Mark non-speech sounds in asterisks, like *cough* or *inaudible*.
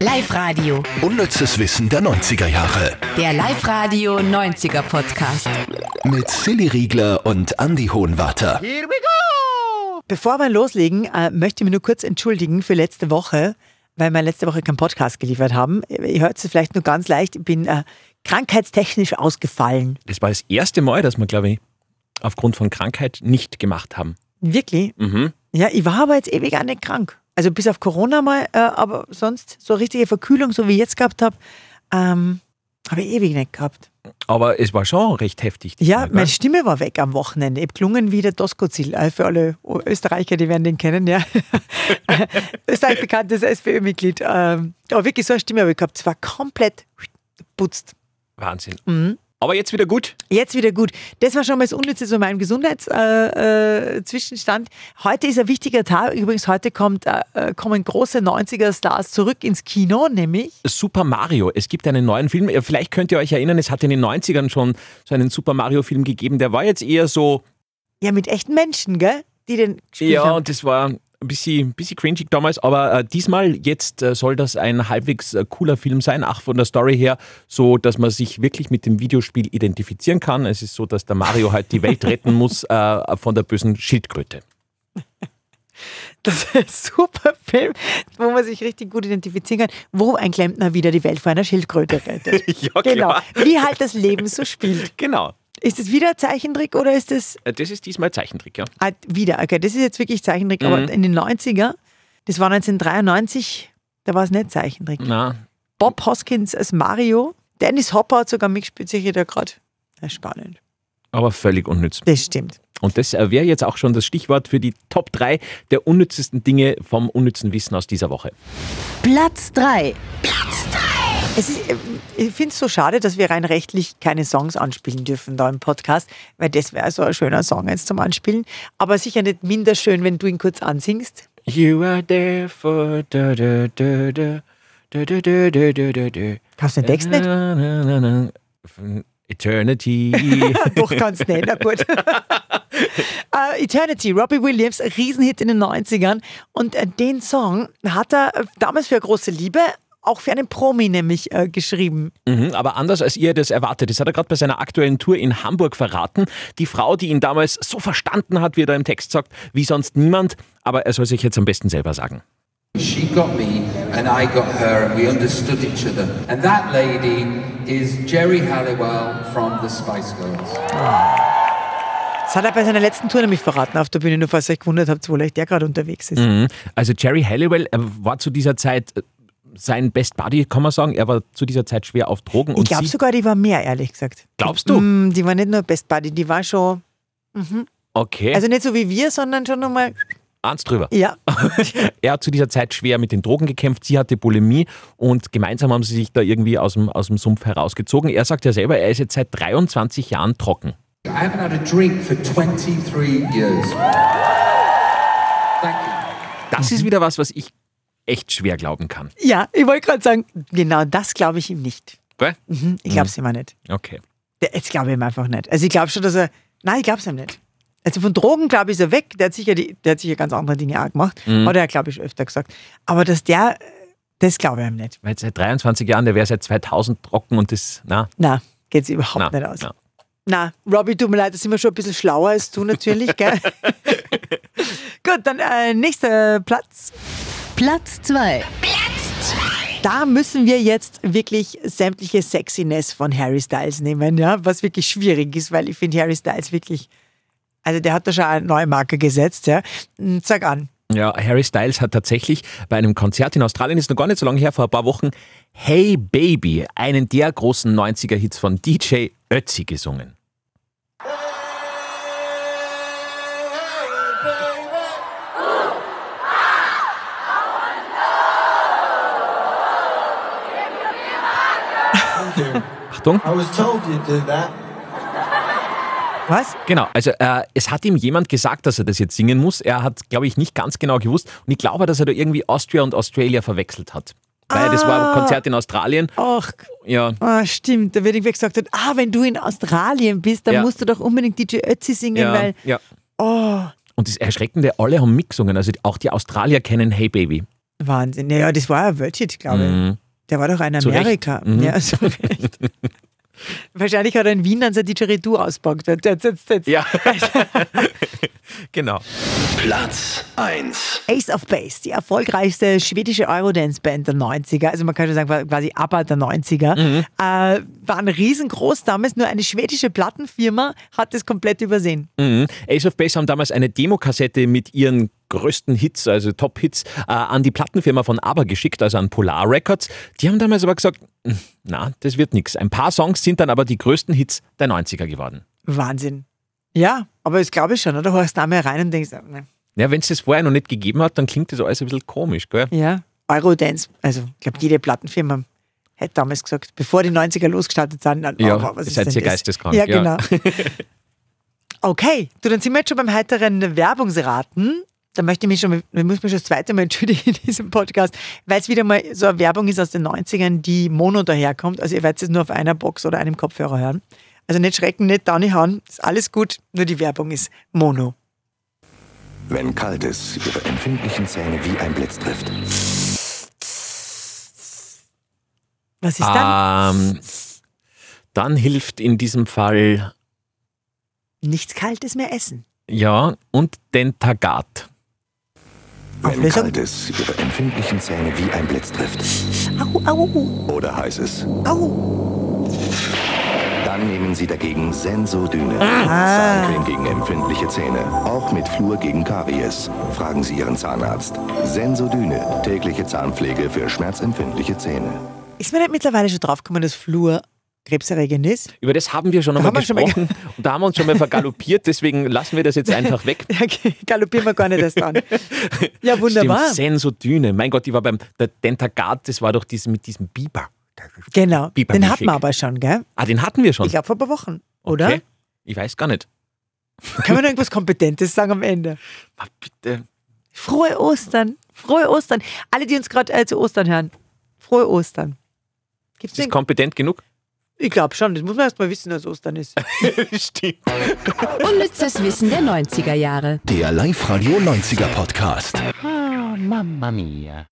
Live-Radio. Unnützes Wissen der 90er Jahre. Der Live-Radio 90er Podcast. Mit Silly Riegler und Andy Hohenwarter. Bevor wir loslegen, äh, möchte ich mich nur kurz entschuldigen für letzte Woche, weil wir letzte Woche keinen Podcast geliefert haben. Ihr hört es vielleicht nur ganz leicht, ich bin äh, krankheitstechnisch ausgefallen. Das war das erste Mal, dass wir, glaube ich, aufgrund von Krankheit nicht gemacht haben. Wirklich? Mhm. Ja, ich war aber jetzt ewig auch nicht krank. Also bis auf Corona mal, äh, aber sonst so richtige Verkühlung, so wie ich jetzt gehabt habe, ähm, habe ich ewig nicht gehabt. Aber es war schon recht heftig. Ja, diesmal, meine gell? Stimme war weg am Wochenende. Ich hab gelungen wie der Doskozil. Äh, Für alle O- Österreicher, die werden den kennen, ja. *laughs* Österreich bekanntes SPÖ-Mitglied. Ähm, aber wirklich so eine Stimme habe ich gehabt. Es war komplett putzt. Wahnsinn. Mhm. Aber jetzt wieder gut. Jetzt wieder gut. Das war schon mal das Unnütze zu meinem Gesundheitszwischenstand. Äh, äh, Zwischenstand. heute ist ein wichtiger Tag. Übrigens, heute kommt, äh, äh, kommen große 90er-Stars zurück ins Kino, nämlich. Super Mario. Es gibt einen neuen Film. Ihr- Vielleicht könnt ihr euch erinnern, es hat in den 90ern schon so einen Super Mario-Film gegeben. Der war jetzt eher so, Ja, mit echten Menschen, gell? Die den gespielt ja, haben. und das war ein bisschen, bisschen cringig damals. Aber äh, diesmal, jetzt äh, soll das ein halbwegs äh, cooler Film sein. Ach, von der Story her, so dass man sich wirklich mit dem Videospiel identifizieren kann. Es ist so, dass der Mario halt die Welt retten muss *laughs* äh, von der bösen Schildkröte. Das ist ein super Film, wo man sich richtig gut identifizieren kann, wo ein Klempner wieder die Welt vor einer Schildkröte rettet. *laughs* *laughs* Ja, genau. klar. Wie halt das Leben so spielt. Genau. Ist es wieder ein Zeichentrick oder ist es Äh, Das ist diesmal Zeichentrick, ja. ah, wieder? Okay, das ist jetzt wirklich Zeichentrick, Mhm. aber in den 90er, das war 1993, da war es nicht Zeichentrick. Na, Bob Hoskins als Mario, Dennis Hopper hat sogar mitgespielt, sicher da gerade. Ja, spannend. aber völlig unnütz. Das stimmt. Und das äh, wäre jetzt auch schon das Stichwort für die Top 3 der unnützesten Dinge vom unnützen Wissen aus dieser Woche. Platz 3. Es ist, äh, ich finde es so schade, dass wir rein rechtlich keine Songs anspielen dürfen da im Podcast, weil das wäre so ein schöner Song jetzt zum Anspielen. Aber sicher nicht minder schön, wenn du ihn kurz ansingst. You are there for da da da da da da da da da da da. Kannst du den Text *laughs* nicht? Na, na, na, na. Von *laughs* Eternity. Doch, ganz nicht. Na *laughs* gut. Äh, Eternity, Robbie Williams, Riesenhit in den 90ern. Und äh, den Song hat er äh, damals für eine große Liebe, auch für einen Promi nämlich äh, geschrieben. Mhm, aber anders als ihr das erwartet. Das hat er gerade bei seiner aktuellen Tour in Hamburg verraten. Die Frau, die ihn damals so verstanden hat, wie er da im Text sagt, wie sonst niemand. Aber er soll sich jetzt am besten selber sagen. She got me and I got her and we understood each other. And that lady is Jerry Halliwell from the Spice Girls. Das hat er bei seiner letzten Tour nämlich verraten auf der Bühne, nur falls ihr euch gewundert habt, wo vielleicht der gerade unterwegs ist. Mhm. Also Jerry Halliwell äh, war zu dieser Zeit äh, sein Best Buddy, kann man sagen. Er war zu dieser Zeit schwer auf Drogen. Ich und glaube sie, sogar, die war mehr, ehrlich gesagt. glaubst du? Mm, die war nicht nur Best Buddy, die war schon, Okay, also, also nicht so wie wir, sondern schon nochmal, eins drüber. ja, er hat zu dieser Zeit schwer mit den Drogen gekämpft, sie hatte Bulimie und gemeinsam haben sie sich da irgendwie aus dem, aus dem Sumpf herausgezogen. Er sagt ja selber, er ist jetzt seit 23 Jahren trocken. I haven't had a drink for 23 years. Thank you. Das Mhm. ist wieder was, was ich echt schwer glauben kann. ja, ich wollte gerade sagen, genau das glaube ich ihm nicht. Gell? Mhm, ich glaube es ihm auch nicht. Okay. Der- Jetzt glaube ich ihm einfach nicht. Also ich glaube schon, dass er, nein, ich glaube es ihm nicht. Also von Drogen, glaube ich, ist er weg. Der hat sicher, die, der hat sicher ganz andere Dinge auch gemacht. Mhm. Hat er, glaube ich, öfter gesagt. Aber dass der, das glaube ich ihm nicht. Weil seit 23 Jahren, der wäre seit 2000 trocken und das, na, Na, geht es überhaupt na, nicht aus. na. Na, Robbie, tut mir leid, da sind wir schon ein bisschen schlauer als du natürlich, *laughs* gell? Gut, dann äh, nächster Platz. Platz 2. Da müssen wir jetzt wirklich sämtliche Sexiness von Harry Styles nehmen, ja, was wirklich schwierig ist, weil ich finde Harry Styles wirklich, also der hat da schon eine neue Marke gesetzt, ja. Mm, Sag an. Ja, Harry Styles hat tatsächlich bei einem Konzert in Australien, ist noch gar nicht so lange her, vor ein paar Wochen, Hey Baby, einen der großen 90er-Hits von DJ Ötzi gesungen. Achtung. I was told you did that. Was? Genau, also äh, es hat ihm jemand gesagt, dass er das jetzt singen muss. Er hat, glaube ich, nicht ganz genau gewusst. Und ich glaube, dass er da irgendwie Austria und Australia verwechselt hat. Weil das war ein Konzert in Australien. Ach, Ja, ah, stimmt, da wird irgendwie gesagt, ah, wenn du in Australien bist, dann Ja. musst du doch unbedingt DJ Ötzi singen, ja, weil, ja. oh, Und das Erschreckende, alle haben mitgesungen. Also auch die Australier kennen Hey Baby. Wahnsinn. Naja, das war ja Wörtchen, glaube ich. Mhm. Der war doch in Zu Recht. Mhm. Amerika. Ja, zu *laughs* Recht. Wahrscheinlich hat er in Wien dann seine Didgeridoo auspackt. Jetzt, jetzt, jetzt, jetzt. Ja. *laughs* genau. Platz 1. Ace of Base, die erfolgreichste schwedische Eurodance-Band der 90er, also man kann schon sagen, war quasi ABBA der 90er, Mhm. äh, waren riesengroß damals, nur eine schwedische Plattenfirma hat das komplett übersehen. Mhm. Ace of Base haben damals eine Demokassette mit ihren größten Hits, also Top-Hits, äh, an die Plattenfirma von ABBA geschickt, also an Polar Records. Die haben damals aber gesagt, "Mh, na, das wird nichts. Ein paar Songs sind dann aber die größten Hits der 90er geworden. Wahnsinn. Ja, aber das glaube ich schon, oder? Du hörst da mal rein und denkst, ne. Ja, wenn es das vorher noch nicht gegeben hat, dann klingt das alles ein bisschen komisch, gell? ja, Eurodance, also ich glaube, jede Plattenfirma hätte damals gesagt, bevor die 90er losgestartet sind, dann, Ja, oh, was ist seid denn ihr das? geisteskrank, Ja, ja. genau. *laughs* Okay, du, dann sind wir jetzt schon beim heiteren Werbungsraten. Da möchte ich mich schon, ich muss mich schon das zweite Mal entschuldigen in diesem Podcast, weil es wieder mal so eine Werbung ist aus den 90ern, die mono daherkommt. Also ihr werdet es nur auf einer Box oder einem Kopfhörer hören. Also nicht schrecken, nicht downhauen, ist alles gut, nur die Werbung ist mono. Wenn Kaltes ihre empfindlichen Zähne wie ein Blitz trifft. Was ist Ähm, dann hilft in diesem Fall, dann? Nichts Kaltes mehr essen. ja, und Dentagat. Wenn Auflösung? Kaltes ihre empfindlichen Zähne wie ein Blitz trifft. Au, au, Oder heißes. au. Dann nehmen Sie dagegen Sensodyne. Zahncreme gegen empfindliche Zähne. Auch mit Flur gegen Karies. Fragen Sie Ihren Zahnarzt. Sensodyne. Tägliche Zahnpflege für schmerzempfindliche Zähne. Ist mir nicht mittlerweile schon draufgekommen, dass Flur krebserregend ist? Über das haben wir schon Da einmal haben wir schon mal gesprochen und da haben wir uns schon mal vergaloppiert, deswegen lassen wir das jetzt einfach weg. *laughs* Ja, galoppieren wir gar nicht erst an. Ja, wunderbar. Stimmt, Sensodyne. Mein Gott, die war beim der Dentagat, das war doch dies, mit diesem Biber. Genau. Biber Den Milchig. hatten wir aber schon, gell? Ah, den hatten wir schon. Ich glaube vor ein paar Wochen, oder? Okay. Ich weiß gar nicht. Kann man noch irgendwas Kompetentes sagen am Ende? Ah, bitte. Frohe Ostern. Frohe Ostern. Alle, die uns gerade äh, zu Ostern hören. Frohe Ostern. Gibt's Ist das den? kompetent genug? Ich glaube schon. Das muss man erst mal wissen, dass Ostern ist. Stimmt. Unnützes Wissen der 90er Jahre. Der Live-Radio 90er Podcast.